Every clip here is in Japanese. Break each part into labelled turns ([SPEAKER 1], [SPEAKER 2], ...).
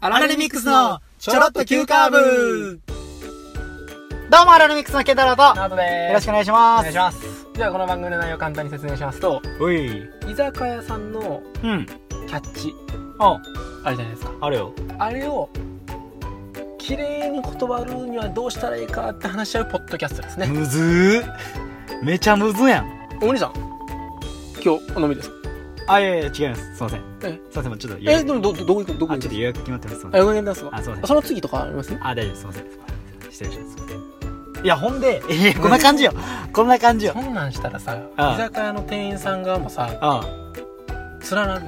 [SPEAKER 1] アラレミックスのちょろっと急カーブ
[SPEAKER 2] どうも、アラルミックスのケンタロウと、よ
[SPEAKER 1] ナートです
[SPEAKER 2] ろしくお願いし
[SPEAKER 1] お
[SPEAKER 2] ま
[SPEAKER 1] 願い
[SPEAKER 2] す。
[SPEAKER 1] しますではこの番組の内容を簡単に説明しますと
[SPEAKER 2] おい。
[SPEAKER 1] 居酒屋さんの
[SPEAKER 2] うん。
[SPEAKER 1] キャッチ
[SPEAKER 2] あ、
[SPEAKER 1] あるじゃないですか
[SPEAKER 2] あるよ。
[SPEAKER 1] あれを綺麗に断るにはどうしたらいいかって話し合うポッドキャストですね
[SPEAKER 2] むずー。めちゃむずやん。
[SPEAKER 1] お兄さん今日お飲みですか
[SPEAKER 2] あ、いやいや、違います。すいません。
[SPEAKER 1] え
[SPEAKER 2] すいません、ちょっと予
[SPEAKER 1] え
[SPEAKER 2] 約。
[SPEAKER 1] でもどどどこ行くどこ
[SPEAKER 2] あ、
[SPEAKER 1] 行
[SPEAKER 2] ち
[SPEAKER 1] く
[SPEAKER 2] ょっと予約決まってます。すいま
[SPEAKER 1] あ
[SPEAKER 2] せん
[SPEAKER 1] よくやりますか
[SPEAKER 2] あ、すいません。
[SPEAKER 1] その次とかあります
[SPEAKER 2] あ、大丈夫です。すいません。すいません失礼します。すいませんいや、ほんで、いやこんな感じよ。こんな感じよ
[SPEAKER 1] そ。んなんしたらさ
[SPEAKER 2] ああ
[SPEAKER 1] 居酒屋の店員さん側もさ
[SPEAKER 2] あ
[SPEAKER 1] 連なる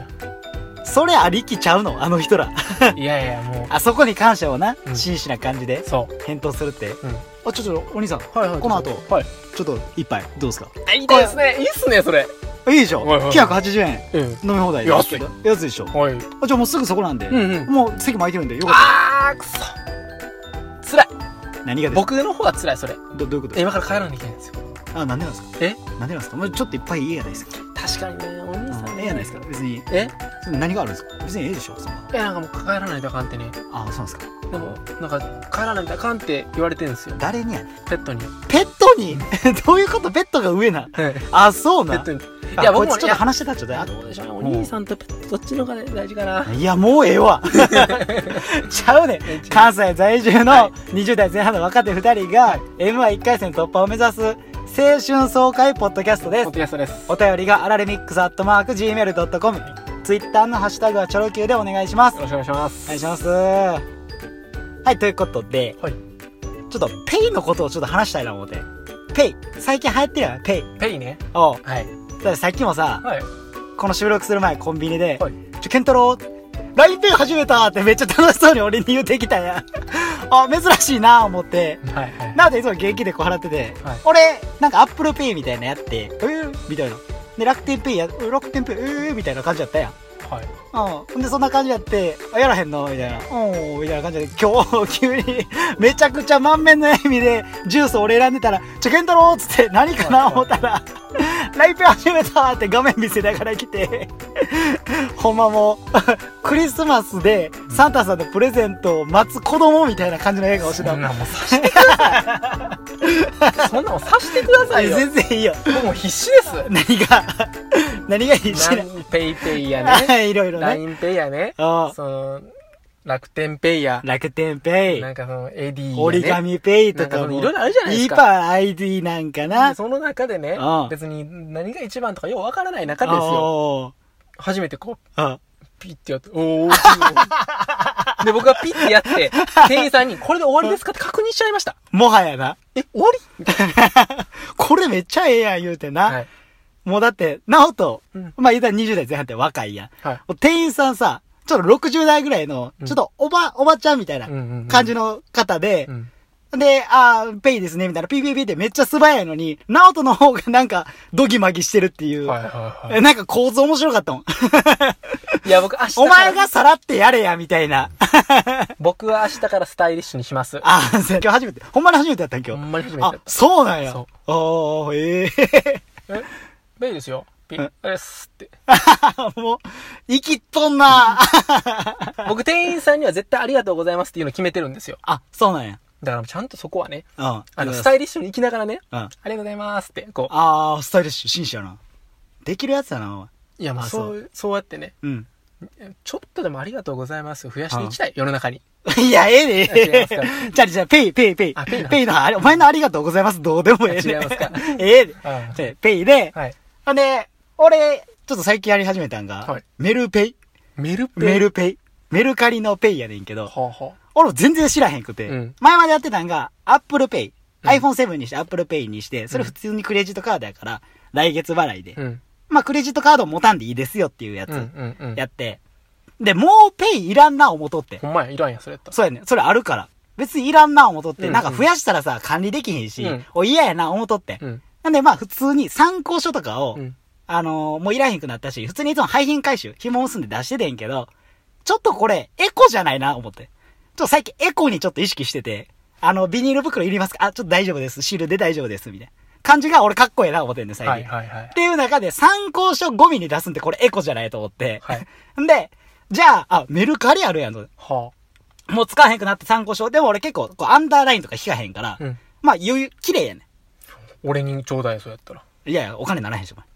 [SPEAKER 2] それありきちゃうのあの人ら。
[SPEAKER 1] やんいやいやも
[SPEAKER 2] あそこに感謝をな、
[SPEAKER 1] うん
[SPEAKER 2] 真摯な感じで
[SPEAKER 1] うそう
[SPEAKER 2] 返答するって。
[SPEAKER 1] うん
[SPEAKER 2] あ、ちょっと、お兄さん、ち
[SPEAKER 1] はいはい
[SPEAKER 2] この後
[SPEAKER 1] はい
[SPEAKER 2] ょっと一杯、どうですか
[SPEAKER 1] あいいですねいいっすねそれ
[SPEAKER 2] いいでしょ
[SPEAKER 1] はいはい
[SPEAKER 2] ?980 円
[SPEAKER 1] うん
[SPEAKER 2] 飲み放題
[SPEAKER 1] 安い
[SPEAKER 2] 安いでしょ
[SPEAKER 1] はい
[SPEAKER 2] あじゃあもうすぐそこなんで、
[SPEAKER 1] うんうん
[SPEAKER 2] もう席も空いてるんでよかっ
[SPEAKER 1] あーくそつらい
[SPEAKER 2] た何がです
[SPEAKER 1] 僕の方がつらいそれ
[SPEAKER 2] どどういうことです
[SPEAKER 1] 今から帰らなきゃいけないんですよ
[SPEAKER 2] かあなんでなんですか
[SPEAKER 1] え
[SPEAKER 2] なんでなんですかもうちょっといっぱい家やないですか
[SPEAKER 1] 確かにねお兄さん
[SPEAKER 2] え
[SPEAKER 1] ね
[SPEAKER 2] えやないですか別に
[SPEAKER 1] え
[SPEAKER 2] その何があるんですか別にええでしょそんない
[SPEAKER 1] やなんかもう帰らないとあかんってね
[SPEAKER 2] あそうなんですか
[SPEAKER 1] でもなんか帰らないとあかんって言われてるんですよ
[SPEAKER 2] 誰にやねん
[SPEAKER 1] ペットに
[SPEAKER 2] ペットに どういうことペットが上な
[SPEAKER 1] はいペ
[SPEAKER 2] あそうな
[SPEAKER 1] ットに
[SPEAKER 2] い
[SPEAKER 1] いや
[SPEAKER 2] やこ
[SPEAKER 1] 僕
[SPEAKER 2] い
[SPEAKER 1] も
[SPEAKER 2] つ
[SPEAKER 1] ね
[SPEAKER 2] ちょっと話してたちょっ
[SPEAKER 1] あ
[SPEAKER 2] と
[SPEAKER 1] どうでしょうねお兄さんとペットどっちの方が大事かない
[SPEAKER 2] やもうええわ ちゃうねん関西在住
[SPEAKER 1] は
[SPEAKER 2] の
[SPEAKER 1] い
[SPEAKER 2] 20代前半の若手2人が m 1 1回戦突破を目指す青春爽快ポッドキャストです
[SPEAKER 1] ポッドキャストです
[SPEAKER 2] お便りがアラレミックスアットマーク Gmail.com ツイッターのハッシュタグはチョロ Q でお願いします
[SPEAKER 1] よ
[SPEAKER 2] お
[SPEAKER 1] ろしくお願いします
[SPEAKER 2] 願いしますはいということで、
[SPEAKER 1] はい
[SPEAKER 2] ちょっとペイのことをちょっと話したいな思ってペイ最近流行ってるやんペイ
[SPEAKER 1] ペイね
[SPEAKER 2] おう
[SPEAKER 1] はい
[SPEAKER 2] だからさっきもさ
[SPEAKER 1] はい
[SPEAKER 2] この収録する前コンビニで「
[SPEAKER 1] はい
[SPEAKER 2] ちょケンタロウ LINEPay 始めた!」ってめっちゃ楽しそうに俺に言うてきたや んあ珍しいな思って
[SPEAKER 1] はいはい
[SPEAKER 2] なんでいつも現金でこう払ってて、
[SPEAKER 1] はい
[SPEAKER 2] 俺、なんか Apple Pay みたいなやって、えー、みたいな。で、楽天 Pay や、え楽天 Pay、えー、みたいな感じやったやん。
[SPEAKER 1] はい
[SPEAKER 2] うん。んで、そんな感じやって、あ、やらへんのみたいな。うん、みたいな感じで、今日、 急に、めちゃくちゃ満面の笑みで、ジュース俺選んでたら、チョケンだろーっつって、何かな
[SPEAKER 1] はい
[SPEAKER 2] 思ったら、ライペ始めたって画面見せながら来て、ほんまもう、クリスマスで、サンタさんのプレゼントを待つ子供みたいな感じの笑顔してた
[SPEAKER 1] そん。なんもうさしてくださいそ んなんもうさしてくださいよ
[SPEAKER 2] 全然いいよ。
[SPEAKER 1] 僕もう必死です
[SPEAKER 2] 何が何が必死な
[SPEAKER 1] なんペイペイや
[SPEAKER 2] あ
[SPEAKER 1] ね。
[SPEAKER 2] いろいろね
[SPEAKER 1] LINEPay やね。
[SPEAKER 2] あ
[SPEAKER 1] その、楽天ペイや。
[SPEAKER 2] 楽天ペ
[SPEAKER 1] な
[SPEAKER 2] イ
[SPEAKER 1] んかその、エディやね。
[SPEAKER 2] 折り紙ペイ
[SPEAKER 1] な
[SPEAKER 2] と
[SPEAKER 1] んか
[SPEAKER 2] か
[SPEAKER 1] その
[SPEAKER 2] も
[SPEAKER 1] いろいろあるじゃないですか。
[SPEAKER 2] ID なんかな
[SPEAKER 1] でその中でね
[SPEAKER 2] ああ、
[SPEAKER 1] 別に何が一番とかようわからない中ですよ。
[SPEAKER 2] お
[SPEAKER 1] 初めてこう、
[SPEAKER 2] ーあ
[SPEAKER 1] ピッてやって、おー で、僕がピッてやって、店員さんに、これで終わりですかって確認しちゃいました。
[SPEAKER 2] もはやな
[SPEAKER 1] え、終わりみたい
[SPEAKER 2] これめっちゃええやん言うてな、
[SPEAKER 1] な。はい。
[SPEAKER 2] もうだって直人、
[SPEAKER 1] うん
[SPEAKER 2] まあ言うたら20代前半って若いやん
[SPEAKER 1] はい。
[SPEAKER 2] もう店員さんさちょっと60代ぐらいの、
[SPEAKER 1] うん
[SPEAKER 2] ちょっとおば、おばちゃんみたいな
[SPEAKER 1] うんうんうん
[SPEAKER 2] 感じの方で、
[SPEAKER 1] うん
[SPEAKER 2] で、あー、ペイですね、みたいな、ピーピーピーってめっちゃ素早いのに、ナオトの方がなんか、ドギマギしてるっていう。
[SPEAKER 1] はいはいは
[SPEAKER 2] えなんか構造面白 かったもん。
[SPEAKER 1] い。いや、僕明日か
[SPEAKER 2] お
[SPEAKER 1] ら、
[SPEAKER 2] 前がさらってやれや、みたいな。
[SPEAKER 1] 僕は明日からスタイリッシュにします。
[SPEAKER 2] あ、そう今日初めて。ほんまに初めてやったん
[SPEAKER 1] ほ
[SPEAKER 2] 今日。
[SPEAKER 1] んまに初めてだっ
[SPEAKER 2] あ
[SPEAKER 1] た、。
[SPEAKER 2] そうなんや
[SPEAKER 1] そう。
[SPEAKER 2] おー、ええ
[SPEAKER 1] え、ベイですよ。ピ
[SPEAKER 2] うん
[SPEAKER 1] ッ、あれっすって。
[SPEAKER 2] ー。もう、生きっとんな。
[SPEAKER 1] 僕、店員さんには絶対ありがとうございますっていうの決めてるんですよ。
[SPEAKER 2] あ、そうなんや。
[SPEAKER 1] だから、ちゃんとそこはね、
[SPEAKER 2] うん。あ
[SPEAKER 1] あの、ス
[SPEAKER 2] イ
[SPEAKER 1] タイリッシュに行きながらね、
[SPEAKER 2] うん
[SPEAKER 1] ありがとうございますって、こ
[SPEAKER 2] あー、スタイリッシュ、紳士やな。できるやつやな、お前。
[SPEAKER 1] う。いや、まあ、
[SPEAKER 2] そ
[SPEAKER 1] そう、そうやってね、
[SPEAKER 2] うん。
[SPEAKER 1] ちょっとでもありがとうございますを増やしていきたい、世の中に。
[SPEAKER 2] いや、ええで、
[SPEAKER 1] 違いますか
[SPEAKER 2] じゃあ、じゃあ、ペイ、ペイ、ペイ。
[SPEAKER 1] あペイな
[SPEAKER 2] ペイの、あれ、お前のありがとうございます、どうでもええで。
[SPEAKER 1] あ違いますか
[SPEAKER 2] ええで
[SPEAKER 1] うん
[SPEAKER 2] で。ペイで、
[SPEAKER 1] はい。
[SPEAKER 2] ほんで、俺、ちょっと最近やり始めたんが、
[SPEAKER 1] はい
[SPEAKER 2] メルペイ。
[SPEAKER 1] メルペイ
[SPEAKER 2] メルペイ。メルカリのペイやねんけど、
[SPEAKER 1] はあは
[SPEAKER 2] 俺も全然知らへんくて、
[SPEAKER 1] うん
[SPEAKER 2] 前までやってたんが、アップルペイ。
[SPEAKER 1] うん
[SPEAKER 2] iPhone7 にしてアップルペイにして、それ普通にクレジットカードやから、来月払いで。
[SPEAKER 1] あうん。
[SPEAKER 2] まあ、クレジットカード持たんでいいですよっていうやつ
[SPEAKER 1] うん、うん、うん。
[SPEAKER 2] やって。で、もうペイいらんな思うとって。
[SPEAKER 1] ほんまや、いらんや、それやったら。
[SPEAKER 2] そうやねんそれあるから。別にいらんな思うとって、
[SPEAKER 1] うん
[SPEAKER 2] なんか増やしたらさ、管理できへんし、
[SPEAKER 1] うん
[SPEAKER 2] お嫌やな思うとって。
[SPEAKER 1] うん。
[SPEAKER 2] なんでまあ普通に参考書とかを、
[SPEAKER 1] うん。
[SPEAKER 2] あのーもういらへんくなったし、普通にいつも廃品回収、紐結んで出しててんけど、ちょっとこれ、エコじゃないな、思って。ちょっと最近エコにちょっと意識してて、あの、ビニール袋いりますかあ、ちょっと大丈夫です。シールで大丈夫です。みたいな感じが俺かっこええな、思ってんね、最近。
[SPEAKER 1] はい、はい、はい
[SPEAKER 2] っ。ていう中で参考書ゴミ に出すんってこれエコじゃないと思って。
[SPEAKER 1] はい。
[SPEAKER 2] んで、じゃあ、あ、メルカリあるやんと。
[SPEAKER 1] は
[SPEAKER 2] もう使わへんくなって参考書。でも俺結構、こう、アンダーラインとか引かへんから、
[SPEAKER 1] うん
[SPEAKER 2] まあ、余裕、綺麗やね
[SPEAKER 1] 俺にちょうだい、そうやったら。
[SPEAKER 2] ん。いやいや、お金ならへんし、お前。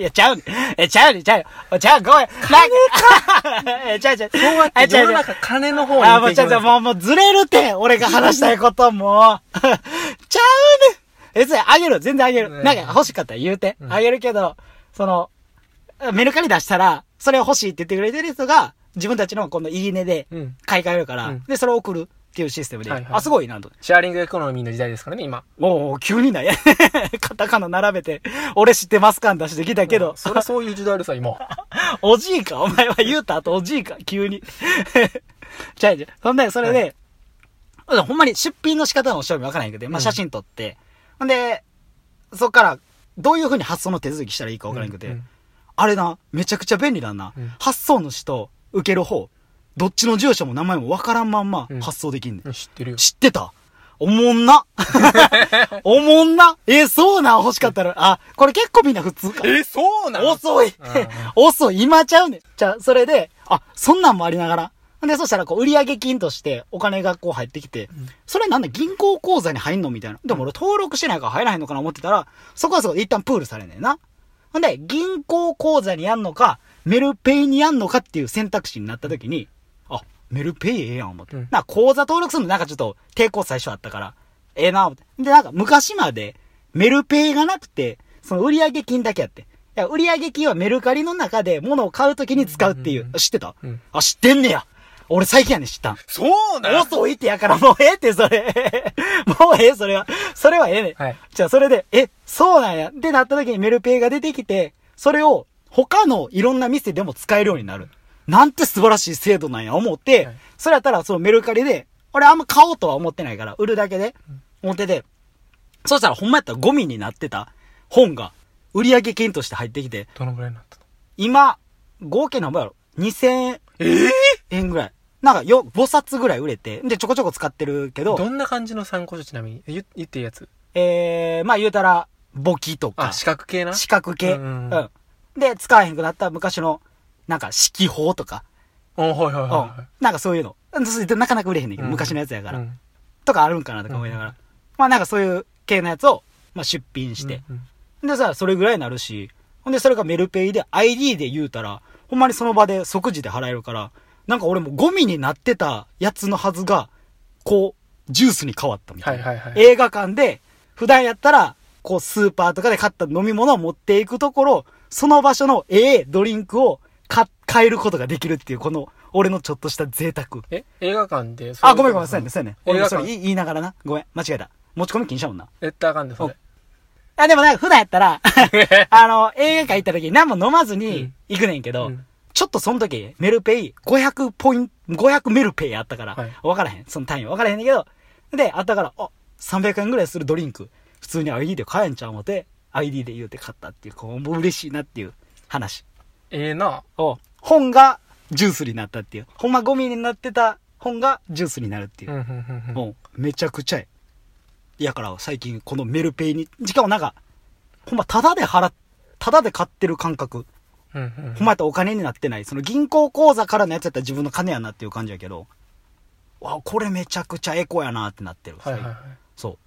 [SPEAKER 2] い や、ちゃうねん。え、ちゃうねん、ちゃうねん。ちゃう、ごめん。なんか、 え、ちゃうちゃう。そうや
[SPEAKER 1] え、世の中金の方に
[SPEAKER 2] あ、も
[SPEAKER 1] 行っ
[SPEAKER 2] うち
[SPEAKER 1] て
[SPEAKER 2] ょ
[SPEAKER 1] い
[SPEAKER 2] っ
[SPEAKER 1] きま
[SPEAKER 2] と
[SPEAKER 1] すか
[SPEAKER 2] もう、もうずれるって、俺が話したいこともう。 ちゃうねん。別にあげる、全然あげる。
[SPEAKER 1] ね
[SPEAKER 2] なんか欲しかったら言うて。
[SPEAKER 1] ん
[SPEAKER 2] あげるけど、その、メルカリ出したら、それ欲しいって言ってくれてる人が、自分たちのこのいいねで
[SPEAKER 1] うん、
[SPEAKER 2] 買い替えるから、
[SPEAKER 1] うん
[SPEAKER 2] で、それを送るっていうシステムで、
[SPEAKER 1] はいはい
[SPEAKER 2] あ、すごいなと。
[SPEAKER 1] シェアリングエコノミーの時代ですからね、今。
[SPEAKER 2] おうおう、急にだよ。 カタカナ並べて、俺知ってますかん出してきたけど、
[SPEAKER 1] そりゃそういう時代でさ、 今。
[SPEAKER 2] おじいかお前は言うた後おじいか急に。 じゃあじゃあほんで、それで、ほんまに出品の仕方の正味わからへんけど、まあ
[SPEAKER 1] うん
[SPEAKER 2] 写真撮って、ほんで、そっから、どういう風に発送の手続きしたらいいかわからへんくて、
[SPEAKER 1] うんうん
[SPEAKER 2] あれな、めちゃくちゃ便利だな。
[SPEAKER 1] うん
[SPEAKER 2] 発送主と受ける方、どっちの住所も名前もわからんまんま
[SPEAKER 1] うん
[SPEAKER 2] 発送できんねん
[SPEAKER 1] 知ってるよ。
[SPEAKER 2] 知ってたおも んなおもんなえそうなん欲しかったら、あ、これ結構みんな普通か。
[SPEAKER 1] え、そうなの
[SPEAKER 2] 遅い遅い今ちゃうねん。じゃあ、それで、あ、そんなんもありながら。で、そしたら、こう、売上金としてお金がこう入ってきて、それなんだ、銀行口座に入んのみたいな。でも俺登録してないから入らへんのかな思ってたら、そこはそこで一旦プールされんねんな。ほんで、銀行口座にやんのか、メルペイにやんのかっていう選択肢になった時に、あ、メルペイええやん思って。
[SPEAKER 1] うん
[SPEAKER 2] な、口座登録するのなんかちょっと抵抗最初あったから、ええな思って。で、なんか昔まで、メルペイがなくて、その売上金だけやって。いや、売上金はメルカリの中で物を買うときに使うっていう。知ってた、
[SPEAKER 1] うん
[SPEAKER 2] あ、知ってんねや。俺最近やねん知ったん。
[SPEAKER 1] そうなの
[SPEAKER 2] 遅いってやからもうええってそれ。 もうええそれは。それはええねん。
[SPEAKER 1] はい
[SPEAKER 2] じゃあそれで、え、そうなんや。ってなった時にメルペイが出てきて、それを他のいろんな店でも使えるようになる。なんて素晴らしい制度なんや思って、
[SPEAKER 1] はい
[SPEAKER 2] それやったらそのメルカリで、俺あんま買おうとは思ってないから、売るだけで、思ってて、そしたらほんまやったらゴミになってた本が売上金として入ってきて、
[SPEAKER 1] どのぐらいになったの
[SPEAKER 2] 今、合計なんぼやろ ?2000 円ぐらい。なんかよ、5冊ぐらい売れて、で、ちょこちょこ使ってるけど、
[SPEAKER 1] どんな感じの参考書ちなみに言言っていいやつ
[SPEAKER 2] えー、まあ言うたら、簿記とか
[SPEAKER 1] あ、、四角形な
[SPEAKER 2] 四角系、う
[SPEAKER 1] うんん
[SPEAKER 2] で、使わへんくなった昔の、なんか、式法とか、
[SPEAKER 1] あ、はいはいは
[SPEAKER 2] う
[SPEAKER 1] い
[SPEAKER 2] ん
[SPEAKER 1] は
[SPEAKER 2] なんかそういうの。うんそれでなかなか売れへんねん
[SPEAKER 1] い
[SPEAKER 2] け
[SPEAKER 1] う
[SPEAKER 2] ど、
[SPEAKER 1] ん。
[SPEAKER 2] 昔のやつやから、
[SPEAKER 1] うん
[SPEAKER 2] とかあるんかなとか思いながら。
[SPEAKER 1] うん
[SPEAKER 2] まあなんかそういう系のやつを、まあ出品して。
[SPEAKER 1] うん
[SPEAKER 2] でさ、それぐらいになるし、ほんでそれがメルペイで ID で言うたら、ほんまにその場で即時で払えるから、なんか俺もゴミになってたやつのはずが、こう、ジュースに変わったみたいな。
[SPEAKER 1] はいはいはい
[SPEAKER 2] 映画館で、普段やったら、こうスーパーとかで買った飲み物を持っていくところ、その場所のええドリンクを買、買えることができるっていう、この、俺のちょっとした贅沢。
[SPEAKER 1] え、映画館で、
[SPEAKER 2] あ、ごめんごめん、そうやねん、そうやねん。
[SPEAKER 1] 映
[SPEAKER 2] 俺も
[SPEAKER 1] 画
[SPEAKER 2] それ
[SPEAKER 1] 館、
[SPEAKER 2] 言い言いながらな。ごめん、間違えた。持ち込み禁止やもんな。
[SPEAKER 1] 絶対あかんで、それ。
[SPEAKER 2] あ、でもなんか普段やっ たら、あの、映画館行った時に何も飲まずに行くねんけど、
[SPEAKER 1] うん
[SPEAKER 2] ちょっとその時、メルペイ、500ポイント、500メルペイあったから、
[SPEAKER 1] はい
[SPEAKER 2] 分からへん。その単位分からへんねんけど、で、あったから、あ、300円ぐらいするドリンク、普通に ID で買えんちゃう思て、ID で言うて買ったっていう、こう、もう嬉しいなっていう話。
[SPEAKER 1] ええな。
[SPEAKER 2] お本がジュースになったっていう。ほんまゴミになってた本がジュースになるっていう
[SPEAKER 1] うん。うんうんうん
[SPEAKER 2] もうめちゃくちゃええやから最近このメルペイにしかもなんかほんまタダで払っタダで買ってる感覚
[SPEAKER 1] うんうん
[SPEAKER 2] ほんまやったらお金になってないその銀行口座からのやつやったら自分の金やなっていう感じやけどわこれめちゃくちゃエコやなってなってる、
[SPEAKER 1] はいはいはい
[SPEAKER 2] 最近。そう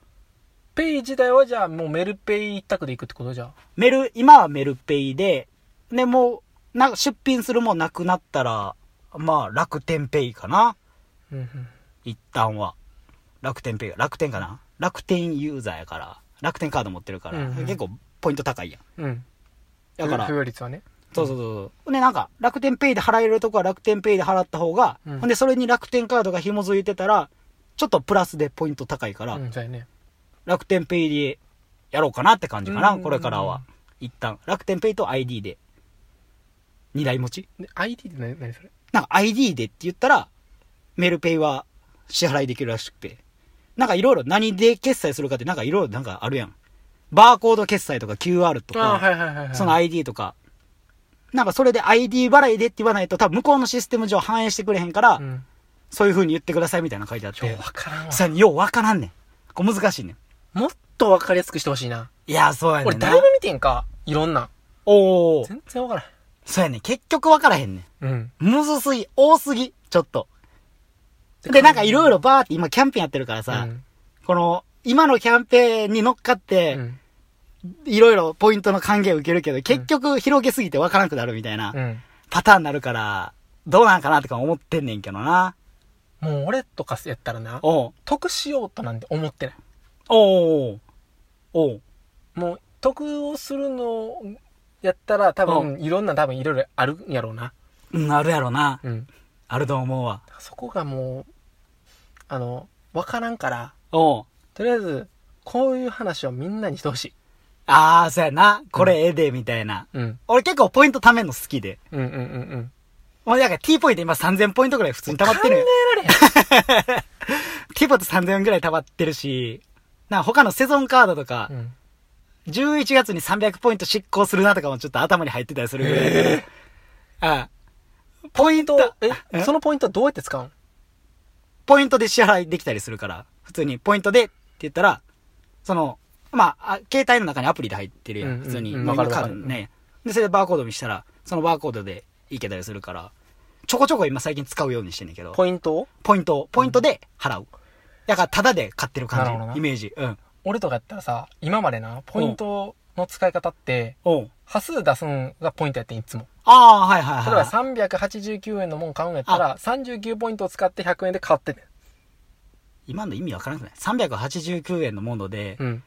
[SPEAKER 1] ペイ自体はじゃあもうメルペイ一択で行くってことじゃあ。
[SPEAKER 2] メル今はメルペイででもうなんか出品するもんなくなったらまあ楽天ペイかな
[SPEAKER 1] うんうん
[SPEAKER 2] 一旦は楽天ペイ楽天かな楽天ユーザーやから楽天カード持ってるから、
[SPEAKER 1] うんうん
[SPEAKER 2] 結構ポイント高いやん
[SPEAKER 1] うん。
[SPEAKER 2] だから
[SPEAKER 1] 付与率はね。
[SPEAKER 2] そうそうそうそうでなんか楽天ペイで払えるとこは楽天ペイで払った方が、
[SPEAKER 1] うん
[SPEAKER 2] ほんでそれに楽天カードが紐づいてたらちょっとプラスでポイント高いから、
[SPEAKER 1] うん、そうやね。
[SPEAKER 2] 楽天ペイでやろうかなって感じかな、
[SPEAKER 1] うん
[SPEAKER 2] これからは一旦楽天ペイと ID で2台持ち
[SPEAKER 1] で ID って何何それ
[SPEAKER 2] なんか ID でって言ったら、メルペイは支払いできるらしくて。なんかいろいろ何で決済するかってなんかいろいろなんかあるやん。バーコード決済とか QR と
[SPEAKER 1] ああ、は
[SPEAKER 2] か、
[SPEAKER 1] いはいはいはい。
[SPEAKER 2] その ID とか。なんかそれで ID 払いでって言わないと多分向こうのシステム上反映してくれへんから
[SPEAKER 1] う、ん。
[SPEAKER 2] そういう風に言ってくださいみたいなの書いてあっ
[SPEAKER 1] ちょ、
[SPEAKER 2] て
[SPEAKER 1] わ。からんわ。
[SPEAKER 2] さ、ようわからんねん。こう難しいねん。
[SPEAKER 1] もっとわかりやすくしてほしいな。
[SPEAKER 2] いや、そうやね
[SPEAKER 1] 俺、
[SPEAKER 2] んな。
[SPEAKER 1] だいぶ見てんか。いろんな。
[SPEAKER 2] おお。
[SPEAKER 1] 全然わか
[SPEAKER 2] そうやねん。結局わからへんねん。
[SPEAKER 1] らん。うん。
[SPEAKER 2] むずすぎ、多すぎ、ちょっと。で、なんかいろいろバーって今キャンペーンやってるからさ、
[SPEAKER 1] うん
[SPEAKER 2] この、今のキャンペーンに乗っかっ
[SPEAKER 1] う
[SPEAKER 2] て、
[SPEAKER 1] ん
[SPEAKER 2] いろいろポイントの還元受けるけど、結局広げすぎてわからなくなるみたいな
[SPEAKER 1] うん
[SPEAKER 2] パターンになるから、どうなんかなとか思ってんねんけどな。
[SPEAKER 1] もう俺とかやったらな、
[SPEAKER 2] おう
[SPEAKER 1] 得しようとなんて思ってない。
[SPEAKER 2] おうおう
[SPEAKER 1] もう、得をするのやったら、多
[SPEAKER 2] う
[SPEAKER 1] 分、いろんな多分いろいろあるんやろうな。
[SPEAKER 2] うん、あるやろな。
[SPEAKER 1] うん。
[SPEAKER 2] あると思うわ。
[SPEAKER 1] そこがもう、あの、わからんから、
[SPEAKER 2] おう
[SPEAKER 1] とりあえず、こういう話をみんなにしてほしい。
[SPEAKER 2] ああ、そうやな。これええで、みたいな。
[SPEAKER 1] うん。
[SPEAKER 2] 俺結構ポイント貯めんの好きで。
[SPEAKER 1] うんうんうんうん。
[SPEAKER 2] もうなんか T ポイント今3000ポイントぐらい普通に溜まってるよ
[SPEAKER 1] 考。えられへ
[SPEAKER 2] T ポイント3000ぐらい溜まってるし、なんか他のセゾンカードとか、
[SPEAKER 1] ん。うん
[SPEAKER 2] 11月に300ポイント執行するなとかもちょっと頭に入ってたりするぐらい。ああポイント、
[SPEAKER 1] と、え、
[SPEAKER 2] え
[SPEAKER 1] そのポイントはどうやって使うん
[SPEAKER 2] ポイントで支払いできたりするから、普通にポイントでって言ったら、その、まあ、あ携帯の中にアプリで入ってるや
[SPEAKER 1] うん
[SPEAKER 2] ん、
[SPEAKER 1] うんうん
[SPEAKER 2] 普通に。
[SPEAKER 1] うん
[SPEAKER 2] まあ
[SPEAKER 1] わかるわかる
[SPEAKER 2] カードね。で、それでバーコードにしたら、そのバーコードでいけたりするから、ちょこちょこ今最近使うようにしてんねんけど、
[SPEAKER 1] ポイントを
[SPEAKER 2] ポイントを、ポイントで払う。だから、タダで買ってる
[SPEAKER 1] なるほ
[SPEAKER 2] 感
[SPEAKER 1] どな
[SPEAKER 2] じ、イメージ。うん。
[SPEAKER 1] 俺とかやったらさ、今までな、ポイントの使い方って、
[SPEAKER 2] おう
[SPEAKER 1] 端数出すんがポイントやってん、いつも。
[SPEAKER 2] ああ、はいはい
[SPEAKER 1] 例えば
[SPEAKER 2] はい。
[SPEAKER 1] 389円のもん買うんやったら、39ポイントを使って100円で買ってね。
[SPEAKER 2] 今の意味わからなくない ?389 円のもので、
[SPEAKER 1] うん。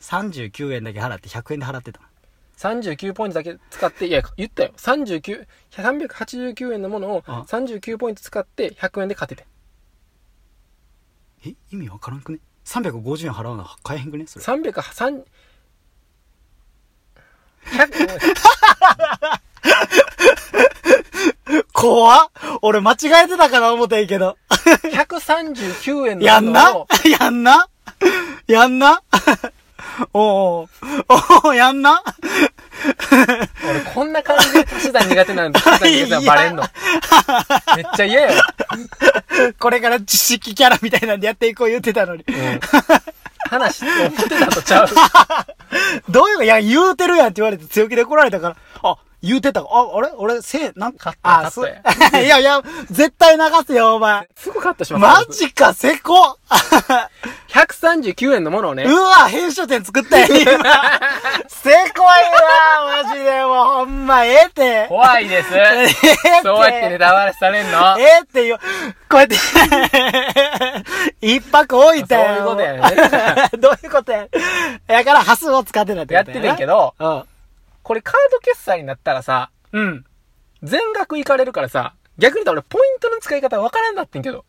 [SPEAKER 2] 39円だけ払って100円で払ってたの。
[SPEAKER 1] 39ポイントだけ使って、いや、言ったよ。39、389円のものを
[SPEAKER 2] あ
[SPEAKER 1] 39ポイント使って100円で買ってて。
[SPEAKER 2] え意味わからんくね ?350 円払うのは買えへんくねそれ。
[SPEAKER 1] 300、3、100、
[SPEAKER 2] 怖っ俺間違えてたかな思ってんけど。
[SPEAKER 1] 139円
[SPEAKER 2] や
[SPEAKER 1] のも
[SPEAKER 2] んな
[SPEAKER 1] のを、
[SPEAKER 2] やんなやんな おうおうおうやんな
[SPEAKER 1] 俺こんな感じで足し算苦手 なんで、足し算苦手なのバレんの。めっちゃ嫌よ。
[SPEAKER 2] これから知識キャラみたいなんでやっていこう言ってたのに。
[SPEAKER 1] うん。話って思ってたとちゃう。
[SPEAKER 2] どういうか、いや、言うてるやんって言われて強気で来られたから、あ、言うてた。あ、あれ俺、せい、なんか、
[SPEAKER 1] た
[SPEAKER 2] あ、す、い
[SPEAKER 1] カッ
[SPEAKER 2] や いや、絶対流すよ、お前。
[SPEAKER 1] すぐカットしま
[SPEAKER 2] マ
[SPEAKER 1] す。
[SPEAKER 2] ジか、せこ
[SPEAKER 1] ?139 円のものをね
[SPEAKER 2] う、わ、編集点作った やん、今。せこいわ、マジで、もう、ほんま、ええって。。
[SPEAKER 1] 怖いです
[SPEAKER 2] ええって。
[SPEAKER 1] そうやってネタバラシされんの。
[SPEAKER 2] ええって言う、こうやって、一泊置いて。
[SPEAKER 1] そういうことやね。
[SPEAKER 2] どういうことやねん。やから、ハスを使ってたって
[SPEAKER 1] やっ
[SPEAKER 2] こと
[SPEAKER 1] て
[SPEAKER 2] や
[SPEAKER 1] てん
[SPEAKER 2] な
[SPEAKER 1] け。ど、
[SPEAKER 2] うん。
[SPEAKER 1] これカード決済になったらさ、
[SPEAKER 2] うん。
[SPEAKER 1] 全額いかれるからさ、逆に言うと俺ポイントの使い方わからんなってんけど、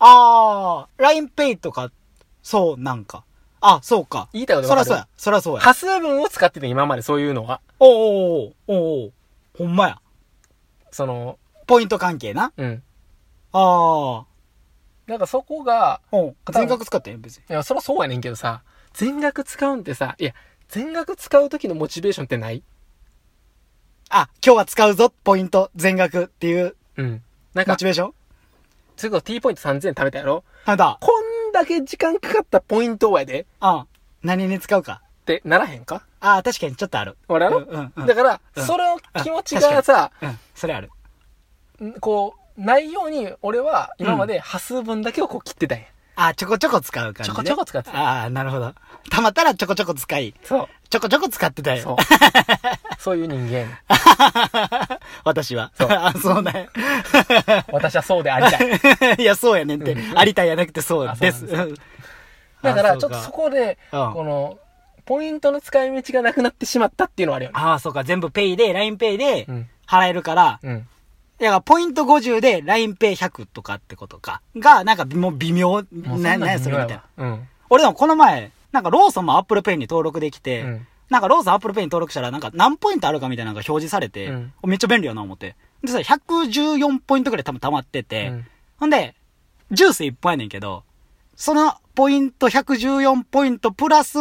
[SPEAKER 2] あー、LINEPay とか、そう、なんか。あ、そうか。
[SPEAKER 1] 言いたいこと
[SPEAKER 2] そ
[SPEAKER 1] わからる
[SPEAKER 2] そうや。そらそうや。
[SPEAKER 1] 端数分を使ってて今までそういうのは、
[SPEAKER 2] おうおうおうおうおうほんまや。
[SPEAKER 1] その、
[SPEAKER 2] ポイント関係な。
[SPEAKER 1] うん。
[SPEAKER 2] あー。
[SPEAKER 1] なんかそこが、
[SPEAKER 2] おう全額使ってん別に。
[SPEAKER 1] いや、そらそうやねんけどさ、全額使うんってさ、いや、全額使う時のモチベーションってない
[SPEAKER 2] あ、今日は使うぞ、ポイント、全額っていう、
[SPEAKER 1] うん。なん
[SPEAKER 2] モ
[SPEAKER 1] か
[SPEAKER 2] チ、ベーション
[SPEAKER 1] それこそ T ポイント3000円貯めたやろ
[SPEAKER 2] あんだ。
[SPEAKER 1] こんだけ時間かかったポイントはやでっ
[SPEAKER 2] あ何に使うか。
[SPEAKER 1] てならへんか
[SPEAKER 2] あー、確かにちょっとある。
[SPEAKER 1] 俺やろ、
[SPEAKER 2] うんうん
[SPEAKER 1] だから、
[SPEAKER 2] うん
[SPEAKER 1] その気持ち
[SPEAKER 2] うん
[SPEAKER 1] がさ、
[SPEAKER 2] うん、それある。
[SPEAKER 1] んこう、ないように、俺は今まで端数分だけをこう切ってたんや。
[SPEAKER 2] あ、ちょこちょこ使う感じ、
[SPEAKER 1] ちょ
[SPEAKER 2] ね。
[SPEAKER 1] こちょこ使ってた
[SPEAKER 2] ああ、なるほど。たまったらちょこちょこ使い、
[SPEAKER 1] そ
[SPEAKER 2] ちょこちょこ使ってた
[SPEAKER 1] う。そ
[SPEAKER 2] よ
[SPEAKER 1] う。。 そういう人間やねん。
[SPEAKER 2] 私は。
[SPEAKER 1] そう
[SPEAKER 2] あ、そうね。
[SPEAKER 1] 私はそうであり たい。
[SPEAKER 2] いや、そうやねんって。
[SPEAKER 1] う
[SPEAKER 2] ありたいやなくてそう
[SPEAKER 1] あそう
[SPEAKER 2] で
[SPEAKER 1] なん
[SPEAKER 2] す。
[SPEAKER 1] です
[SPEAKER 2] うん
[SPEAKER 1] だか
[SPEAKER 2] あ
[SPEAKER 1] ら、ち
[SPEAKER 2] そ
[SPEAKER 1] ょ
[SPEAKER 2] う
[SPEAKER 1] っとそこで、
[SPEAKER 2] うん
[SPEAKER 1] この、ポイントの使い道がなくなってしまったっていうのはあるよね。
[SPEAKER 2] ああ、そうか。全部ペイで、LINEPay で
[SPEAKER 1] うん
[SPEAKER 2] 払えるから、
[SPEAKER 1] うん。
[SPEAKER 2] だからポイント50で LINEPay100 とかってことか。が、なんかもう微妙。
[SPEAKER 1] もう
[SPEAKER 2] な、
[SPEAKER 1] んん
[SPEAKER 2] なやそれみたいな。
[SPEAKER 1] 微妙やわ。
[SPEAKER 2] 俺でもこの前、なんかローソンも ApplePay に登録できて、
[SPEAKER 1] うん
[SPEAKER 2] なんかローソン ApplePay に登録したら、なんか何ポイントあるかみたいなのが表示されて、
[SPEAKER 1] うん
[SPEAKER 2] めっちゃ便利やな思って。でさ、114ポイントくらい多分溜まってて、
[SPEAKER 1] うん
[SPEAKER 2] ほんで、ジュースいっぱいやねんけど、そのポイント114ポイントプラス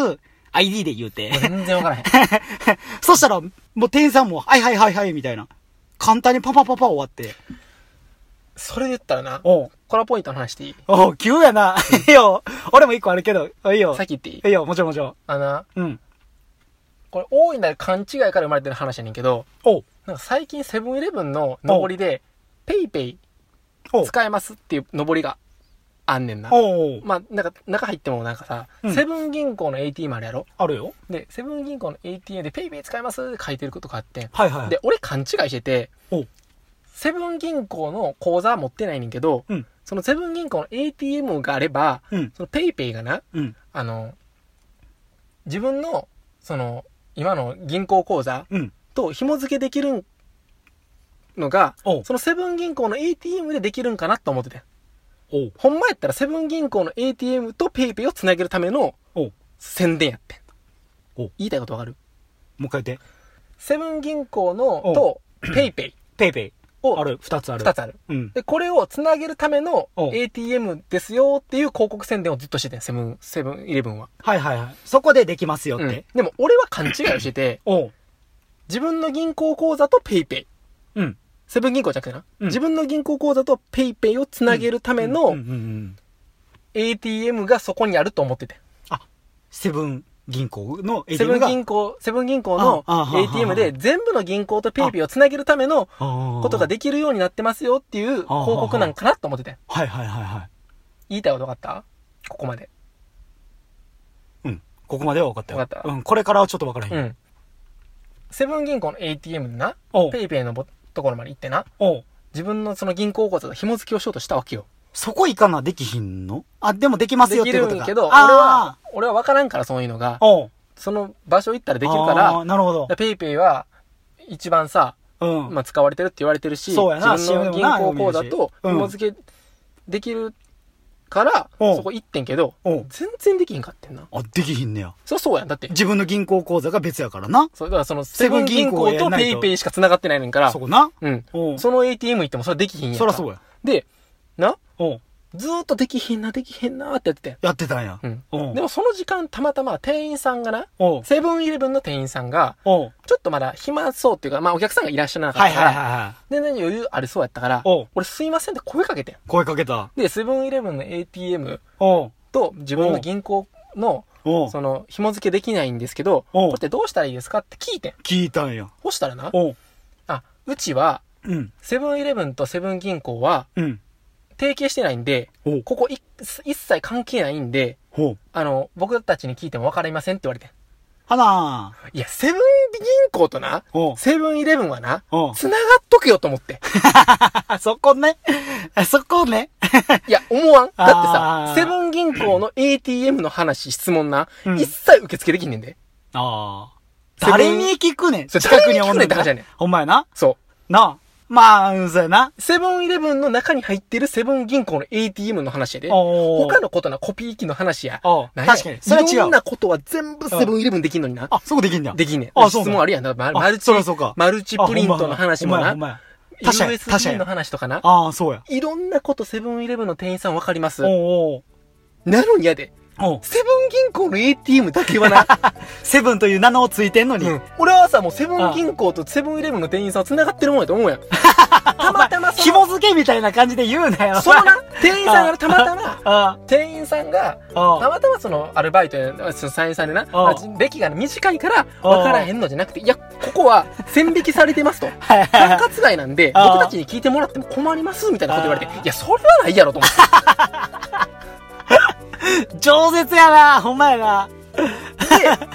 [SPEAKER 2] ID で言うて
[SPEAKER 1] うん。もう。全然わからへん。
[SPEAKER 2] そしたら、もう店員さんも、はいはいはいはいみたいな。簡単にパパパパ終わって。
[SPEAKER 1] それで言ったらな、
[SPEAKER 2] おう
[SPEAKER 1] コラポイントの話していい
[SPEAKER 2] おう急やな。 いいよ。俺も一個あるけど。いいよ
[SPEAKER 1] さっ。き言っていい
[SPEAKER 2] いいよ、もちろんもちろん。
[SPEAKER 1] あのな、
[SPEAKER 2] うん。
[SPEAKER 1] これ大いなる勘違いから生まれてる話やねんけど、
[SPEAKER 2] おう
[SPEAKER 1] なんか最近セブンイレブンの上りで、ペイペイ
[SPEAKER 2] ほう
[SPEAKER 1] 使えますっていう上りがあんねんな。
[SPEAKER 2] おう
[SPEAKER 1] まあ、なんか、中入ってもなんかさ、
[SPEAKER 2] うん
[SPEAKER 1] セブン銀行の ATM あるやろ
[SPEAKER 2] あるよ。
[SPEAKER 1] で、セブン銀行の ATM で PayPay 使えますって書いてることがあってん。
[SPEAKER 2] はいはい。
[SPEAKER 1] で、俺勘違いしてて
[SPEAKER 2] おう、
[SPEAKER 1] セブン銀行の口座は持ってないねんけど、
[SPEAKER 2] うん
[SPEAKER 1] そのセブン銀行の ATM があれば、
[SPEAKER 2] うん。
[SPEAKER 1] その PayPay がな、
[SPEAKER 2] うん。
[SPEAKER 1] あの、自分の、その、今の銀行口座
[SPEAKER 2] うん。
[SPEAKER 1] と紐付けできるのが、
[SPEAKER 2] おう
[SPEAKER 1] そのセブン銀行の ATM でできるんかなと思っててん。
[SPEAKER 2] おう
[SPEAKER 1] ほんまやったらセブン銀行の ATM と PayPay をつなげるための
[SPEAKER 2] おう
[SPEAKER 1] 宣伝やってん
[SPEAKER 2] お
[SPEAKER 1] 言いたいことわかる
[SPEAKER 2] もう一回言って。
[SPEAKER 1] セブン銀行のと PayPay
[SPEAKER 2] ペイペイ。
[SPEAKER 1] を
[SPEAKER 2] ある。二つある。
[SPEAKER 1] 2つある。
[SPEAKER 2] うん。
[SPEAKER 1] で、これをつなげるための
[SPEAKER 2] お
[SPEAKER 1] ATM ですよっていう広告宣伝をずっとしててん、セブン、セブンイレブンは。
[SPEAKER 2] はいはいはい。そこでできますよっ
[SPEAKER 1] う
[SPEAKER 2] て
[SPEAKER 1] ん。でも俺は勘違いをして て、
[SPEAKER 2] おう
[SPEAKER 1] 自分の銀行口座と PayPay。
[SPEAKER 2] うん。
[SPEAKER 1] セブン銀行じゃなくてな。
[SPEAKER 2] うん
[SPEAKER 1] 自分の銀行口座と PayPay をつなげるため
[SPEAKER 2] うんう
[SPEAKER 1] の
[SPEAKER 2] んうんうん。
[SPEAKER 1] ATM がそこにあると思ってて。
[SPEAKER 2] セブン銀行の
[SPEAKER 1] セブ
[SPEAKER 2] ATM
[SPEAKER 1] ン
[SPEAKER 2] が。
[SPEAKER 1] 銀行、セブン銀行の
[SPEAKER 2] ああああ
[SPEAKER 1] ATM で全部の銀行と PayPay をつなげるためのこ
[SPEAKER 2] こと
[SPEAKER 1] ができるようになってますよっていう広告なんかなと思ってて。
[SPEAKER 2] はいはいはいはい。
[SPEAKER 1] 言いたいこと分かったここまで。
[SPEAKER 2] うん。ここまでは分かったよ。
[SPEAKER 1] 分かった
[SPEAKER 2] うん。これからはちょっと分からへ
[SPEAKER 1] う。
[SPEAKER 2] ん。
[SPEAKER 1] ん。セブン銀行の ATM でな、
[SPEAKER 2] おう
[SPEAKER 1] PayPay のぼところまで行ってな、
[SPEAKER 2] おう
[SPEAKER 1] 自分のその銀行口座と紐付きをしようとしたわけよ。
[SPEAKER 2] そこ行かなできひんのあ、でもできます
[SPEAKER 1] で
[SPEAKER 2] よっ
[SPEAKER 1] き
[SPEAKER 2] ていう
[SPEAKER 1] る
[SPEAKER 2] こと
[SPEAKER 1] ん
[SPEAKER 2] か。
[SPEAKER 1] けど、俺
[SPEAKER 2] あ
[SPEAKER 1] は、俺は分からんからそういうのが
[SPEAKER 2] ー、おう
[SPEAKER 1] その場所行ったらできるか
[SPEAKER 2] あ
[SPEAKER 1] ら
[SPEAKER 2] ー、なるほど
[SPEAKER 1] だ。ペイペイは一番さ、
[SPEAKER 2] うん。
[SPEAKER 1] まあ、使われてるって言われてるし、
[SPEAKER 2] そうやな
[SPEAKER 1] 自分の
[SPEAKER 2] CM
[SPEAKER 1] 銀
[SPEAKER 2] でもな
[SPEAKER 1] 行口座と
[SPEAKER 2] 読めるしうん
[SPEAKER 1] 紐付けできるから、
[SPEAKER 2] おう
[SPEAKER 1] そこ行ってんけど、
[SPEAKER 2] おう
[SPEAKER 1] 全然できひんかってんな。
[SPEAKER 2] あ、できひんねや。
[SPEAKER 1] そりゃそうやん。だって、
[SPEAKER 2] 自分の銀行口座が別やからな。
[SPEAKER 1] そうだからそのセ
[SPEAKER 2] セ
[SPEAKER 1] ブ
[SPEAKER 2] ブ
[SPEAKER 1] ン
[SPEAKER 2] ン
[SPEAKER 1] 銀
[SPEAKER 2] 銀
[SPEAKER 1] 行
[SPEAKER 2] 行
[SPEAKER 1] とペイペイしか繋がってないねんから
[SPEAKER 2] そ、こな。
[SPEAKER 1] うん。
[SPEAKER 2] おう
[SPEAKER 1] その ATM 行ってもそれできひんやんか。
[SPEAKER 2] そらそうや。
[SPEAKER 1] で、な、
[SPEAKER 2] おう
[SPEAKER 1] ずーっとできひんな、できへんなーってやってて。
[SPEAKER 2] やってたんや。
[SPEAKER 1] うん。
[SPEAKER 2] おう
[SPEAKER 1] でもその時間たまたま店員さんがな、
[SPEAKER 2] おう
[SPEAKER 1] セブンイレブンの店員さんが、
[SPEAKER 2] おう
[SPEAKER 1] ちょっとまだ暇そうっていうか、まあお客さんがいらっしゃらなか
[SPEAKER 2] は
[SPEAKER 1] っ
[SPEAKER 2] い
[SPEAKER 1] た
[SPEAKER 2] は
[SPEAKER 1] か
[SPEAKER 2] い
[SPEAKER 1] ら、
[SPEAKER 2] はいは
[SPEAKER 1] 全然余裕ありそうやったから
[SPEAKER 2] おう、
[SPEAKER 1] 俺すいませんって声かけてん。
[SPEAKER 2] い。声かけた。
[SPEAKER 1] で、セブンイレブンの ATM
[SPEAKER 2] おう
[SPEAKER 1] と自分の銀行の、
[SPEAKER 2] おう
[SPEAKER 1] その、紐付けできないんですけど、こ
[SPEAKER 2] おう
[SPEAKER 1] れってどうしたらいいですかって聞いてん。
[SPEAKER 2] 聞いたんや。
[SPEAKER 1] そしたらな、
[SPEAKER 2] おう
[SPEAKER 1] あ、うちは、
[SPEAKER 2] うん。
[SPEAKER 1] セブンイレブンとセブン銀行は、
[SPEAKER 2] うん。
[SPEAKER 1] 提携してないんで、
[SPEAKER 2] おう
[SPEAKER 1] ここい一切関係ないんで、
[SPEAKER 2] おう
[SPEAKER 1] あの、僕たちに聞いても分かりませんって言われて
[SPEAKER 2] はなー
[SPEAKER 1] ん。いや、セブン銀行とな、
[SPEAKER 2] おう
[SPEAKER 1] セブンイレブンはな、
[SPEAKER 2] おう
[SPEAKER 1] 繋がっとくよと思って。
[SPEAKER 2] あ、そこね。 あそこね。
[SPEAKER 1] いや、思わん。だってさ
[SPEAKER 2] あ、ー
[SPEAKER 1] セブン銀行の ATM の話、質問な、
[SPEAKER 2] うん
[SPEAKER 1] 一切受付できんねんで。
[SPEAKER 2] ああ。
[SPEAKER 1] セブン
[SPEAKER 2] 誰に聞くねん。
[SPEAKER 1] そう
[SPEAKER 2] 近くにおんね
[SPEAKER 1] 誰に聞くねんっ
[SPEAKER 2] ん
[SPEAKER 1] て話やねん
[SPEAKER 2] ほんまやな。
[SPEAKER 1] そ
[SPEAKER 2] なあ。まあ、うんそうやな。
[SPEAKER 1] う。セブンイレブンの中に入ってるセブン銀行の ATM の話やで。
[SPEAKER 2] おー
[SPEAKER 1] 他のことな、コピー機の話や。
[SPEAKER 2] おう
[SPEAKER 1] なんや
[SPEAKER 2] 確かに。それ
[SPEAKER 1] い
[SPEAKER 2] は
[SPEAKER 1] ろん
[SPEAKER 2] 違う。
[SPEAKER 1] なことは全部セブンイレブンできんのにな。
[SPEAKER 2] あ、そこできんだ。
[SPEAKER 1] できんねん。
[SPEAKER 2] あ
[SPEAKER 1] 質
[SPEAKER 2] そうなん
[SPEAKER 1] 問あるやん。だから
[SPEAKER 2] あ
[SPEAKER 1] マルチ
[SPEAKER 2] そらそうか、
[SPEAKER 1] マルチプリントの話も
[SPEAKER 2] あほ
[SPEAKER 1] な。
[SPEAKER 2] んまやほんまや他社や、他社
[SPEAKER 1] USB の
[SPEAKER 2] や。
[SPEAKER 1] 話とかな。
[SPEAKER 2] ああ、そうや。
[SPEAKER 1] いろんなことセブンイレブンの店員さんわかります。
[SPEAKER 2] おう
[SPEAKER 1] なのにやで。
[SPEAKER 2] おうおう
[SPEAKER 1] セブン銀行の ATM だけは な。
[SPEAKER 2] セブンという名のついてんのに。
[SPEAKER 1] うん俺はさ、もうセブン銀行とセブンイレブンの店員さんは繋がってるもんやと思うや ん。たまたまその、
[SPEAKER 2] 紐付けみたいな感じで言うなよ。
[SPEAKER 1] そのな、店員さんがなたまたま、
[SPEAKER 2] あ
[SPEAKER 1] 店員さんが、
[SPEAKER 2] あ、あ
[SPEAKER 1] た
[SPEAKER 2] あ。
[SPEAKER 1] またまそのアルバイトや、その社員さんでな、ま
[SPEAKER 2] あ
[SPEAKER 1] あ歴が短いから分からへんのじゃなくて、いや、ここは線引きされて ますと。
[SPEAKER 2] はいはい
[SPEAKER 1] 管轄外なんで、
[SPEAKER 2] あー
[SPEAKER 1] 僕たちに聞いてもらっても困りますみたいなこと言われて
[SPEAKER 2] あ、ー
[SPEAKER 1] いや、それはないやろと思って。
[SPEAKER 2] 饒舌やな、ほんまやな。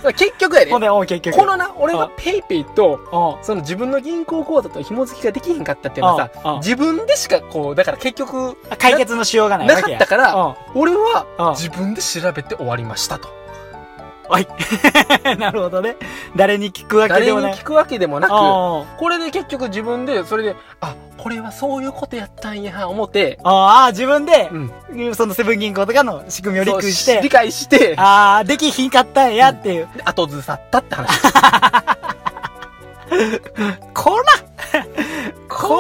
[SPEAKER 1] で、結局やで、
[SPEAKER 2] ほ
[SPEAKER 1] こ
[SPEAKER 2] んで、おう結局。
[SPEAKER 1] のな、俺が
[SPEAKER 2] あ
[SPEAKER 1] ペイペイと、
[SPEAKER 2] おう
[SPEAKER 1] その自分の銀行口座と紐付きができへんかったっていうのは
[SPEAKER 2] ああ
[SPEAKER 1] さ
[SPEAKER 2] あ、
[SPEAKER 1] 自分でしかこう、だから結局、
[SPEAKER 2] 解決のしようがないわけ
[SPEAKER 1] な
[SPEAKER 2] や。
[SPEAKER 1] かったから
[SPEAKER 2] おう
[SPEAKER 1] 俺
[SPEAKER 2] あ
[SPEAKER 1] は
[SPEAKER 2] あ
[SPEAKER 1] 自分で調べて終わりましたと。
[SPEAKER 2] はい。 なるほどね。誰に聞くわけ
[SPEAKER 1] 誰
[SPEAKER 2] で
[SPEAKER 1] に
[SPEAKER 2] もない。
[SPEAKER 1] 聞くわけでもなく、
[SPEAKER 2] あ
[SPEAKER 1] これで結局自分で、それで、あ、これはそういうことやったんや、思って、
[SPEAKER 2] あああ、自分で
[SPEAKER 1] う、ん。
[SPEAKER 2] そのセブン銀行とかの仕組みを理
[SPEAKER 1] そう
[SPEAKER 2] 解し
[SPEAKER 1] 理
[SPEAKER 2] て、
[SPEAKER 1] 解して、
[SPEAKER 2] ああ、できひんかったんやっていう。
[SPEAKER 1] で後ずさったって話。
[SPEAKER 2] こらこ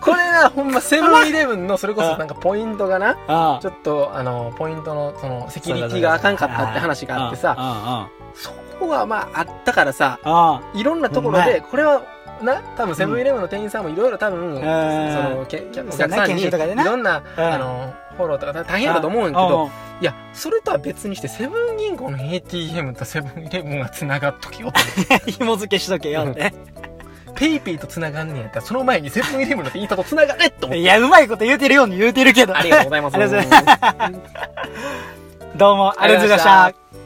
[SPEAKER 1] これな、ほんまセブンイレブンの、それこそなんかポイントがな、
[SPEAKER 2] らあ
[SPEAKER 1] ちょっと、あの、ポイントの、その、セキュリティがあかんかったって話があってさ、
[SPEAKER 2] あ
[SPEAKER 1] そこはまああったからさ、
[SPEAKER 2] あ、あ
[SPEAKER 1] いろんなところ
[SPEAKER 2] ほんま
[SPEAKER 1] で、これは、な、多分セブンイレブンの店員さんもいろいろ多分、
[SPEAKER 2] ん
[SPEAKER 1] その、けお客さんに、い
[SPEAKER 2] 研修とかでな
[SPEAKER 1] ろんな、
[SPEAKER 2] あ、
[SPEAKER 1] あの、フォローとか大変やろうと思うんやけど、いや、それとは別にして、セブン銀行の ATM とセブンイレブンが繋がっときよって。
[SPEAKER 2] けど。紐付けしとけよって。
[SPEAKER 1] ペイペイと繋がんねんやったら、その前にセブンイレブンのインスタと繋がれって思っ
[SPEAKER 2] い
[SPEAKER 1] て。
[SPEAKER 2] や、うまいこと言うてるように言うてるけど。
[SPEAKER 1] ありがとうございます。
[SPEAKER 2] ありがとうございます。どうも、ありがと
[SPEAKER 1] ありがとうござい
[SPEAKER 2] うございまし
[SPEAKER 1] ました
[SPEAKER 2] た。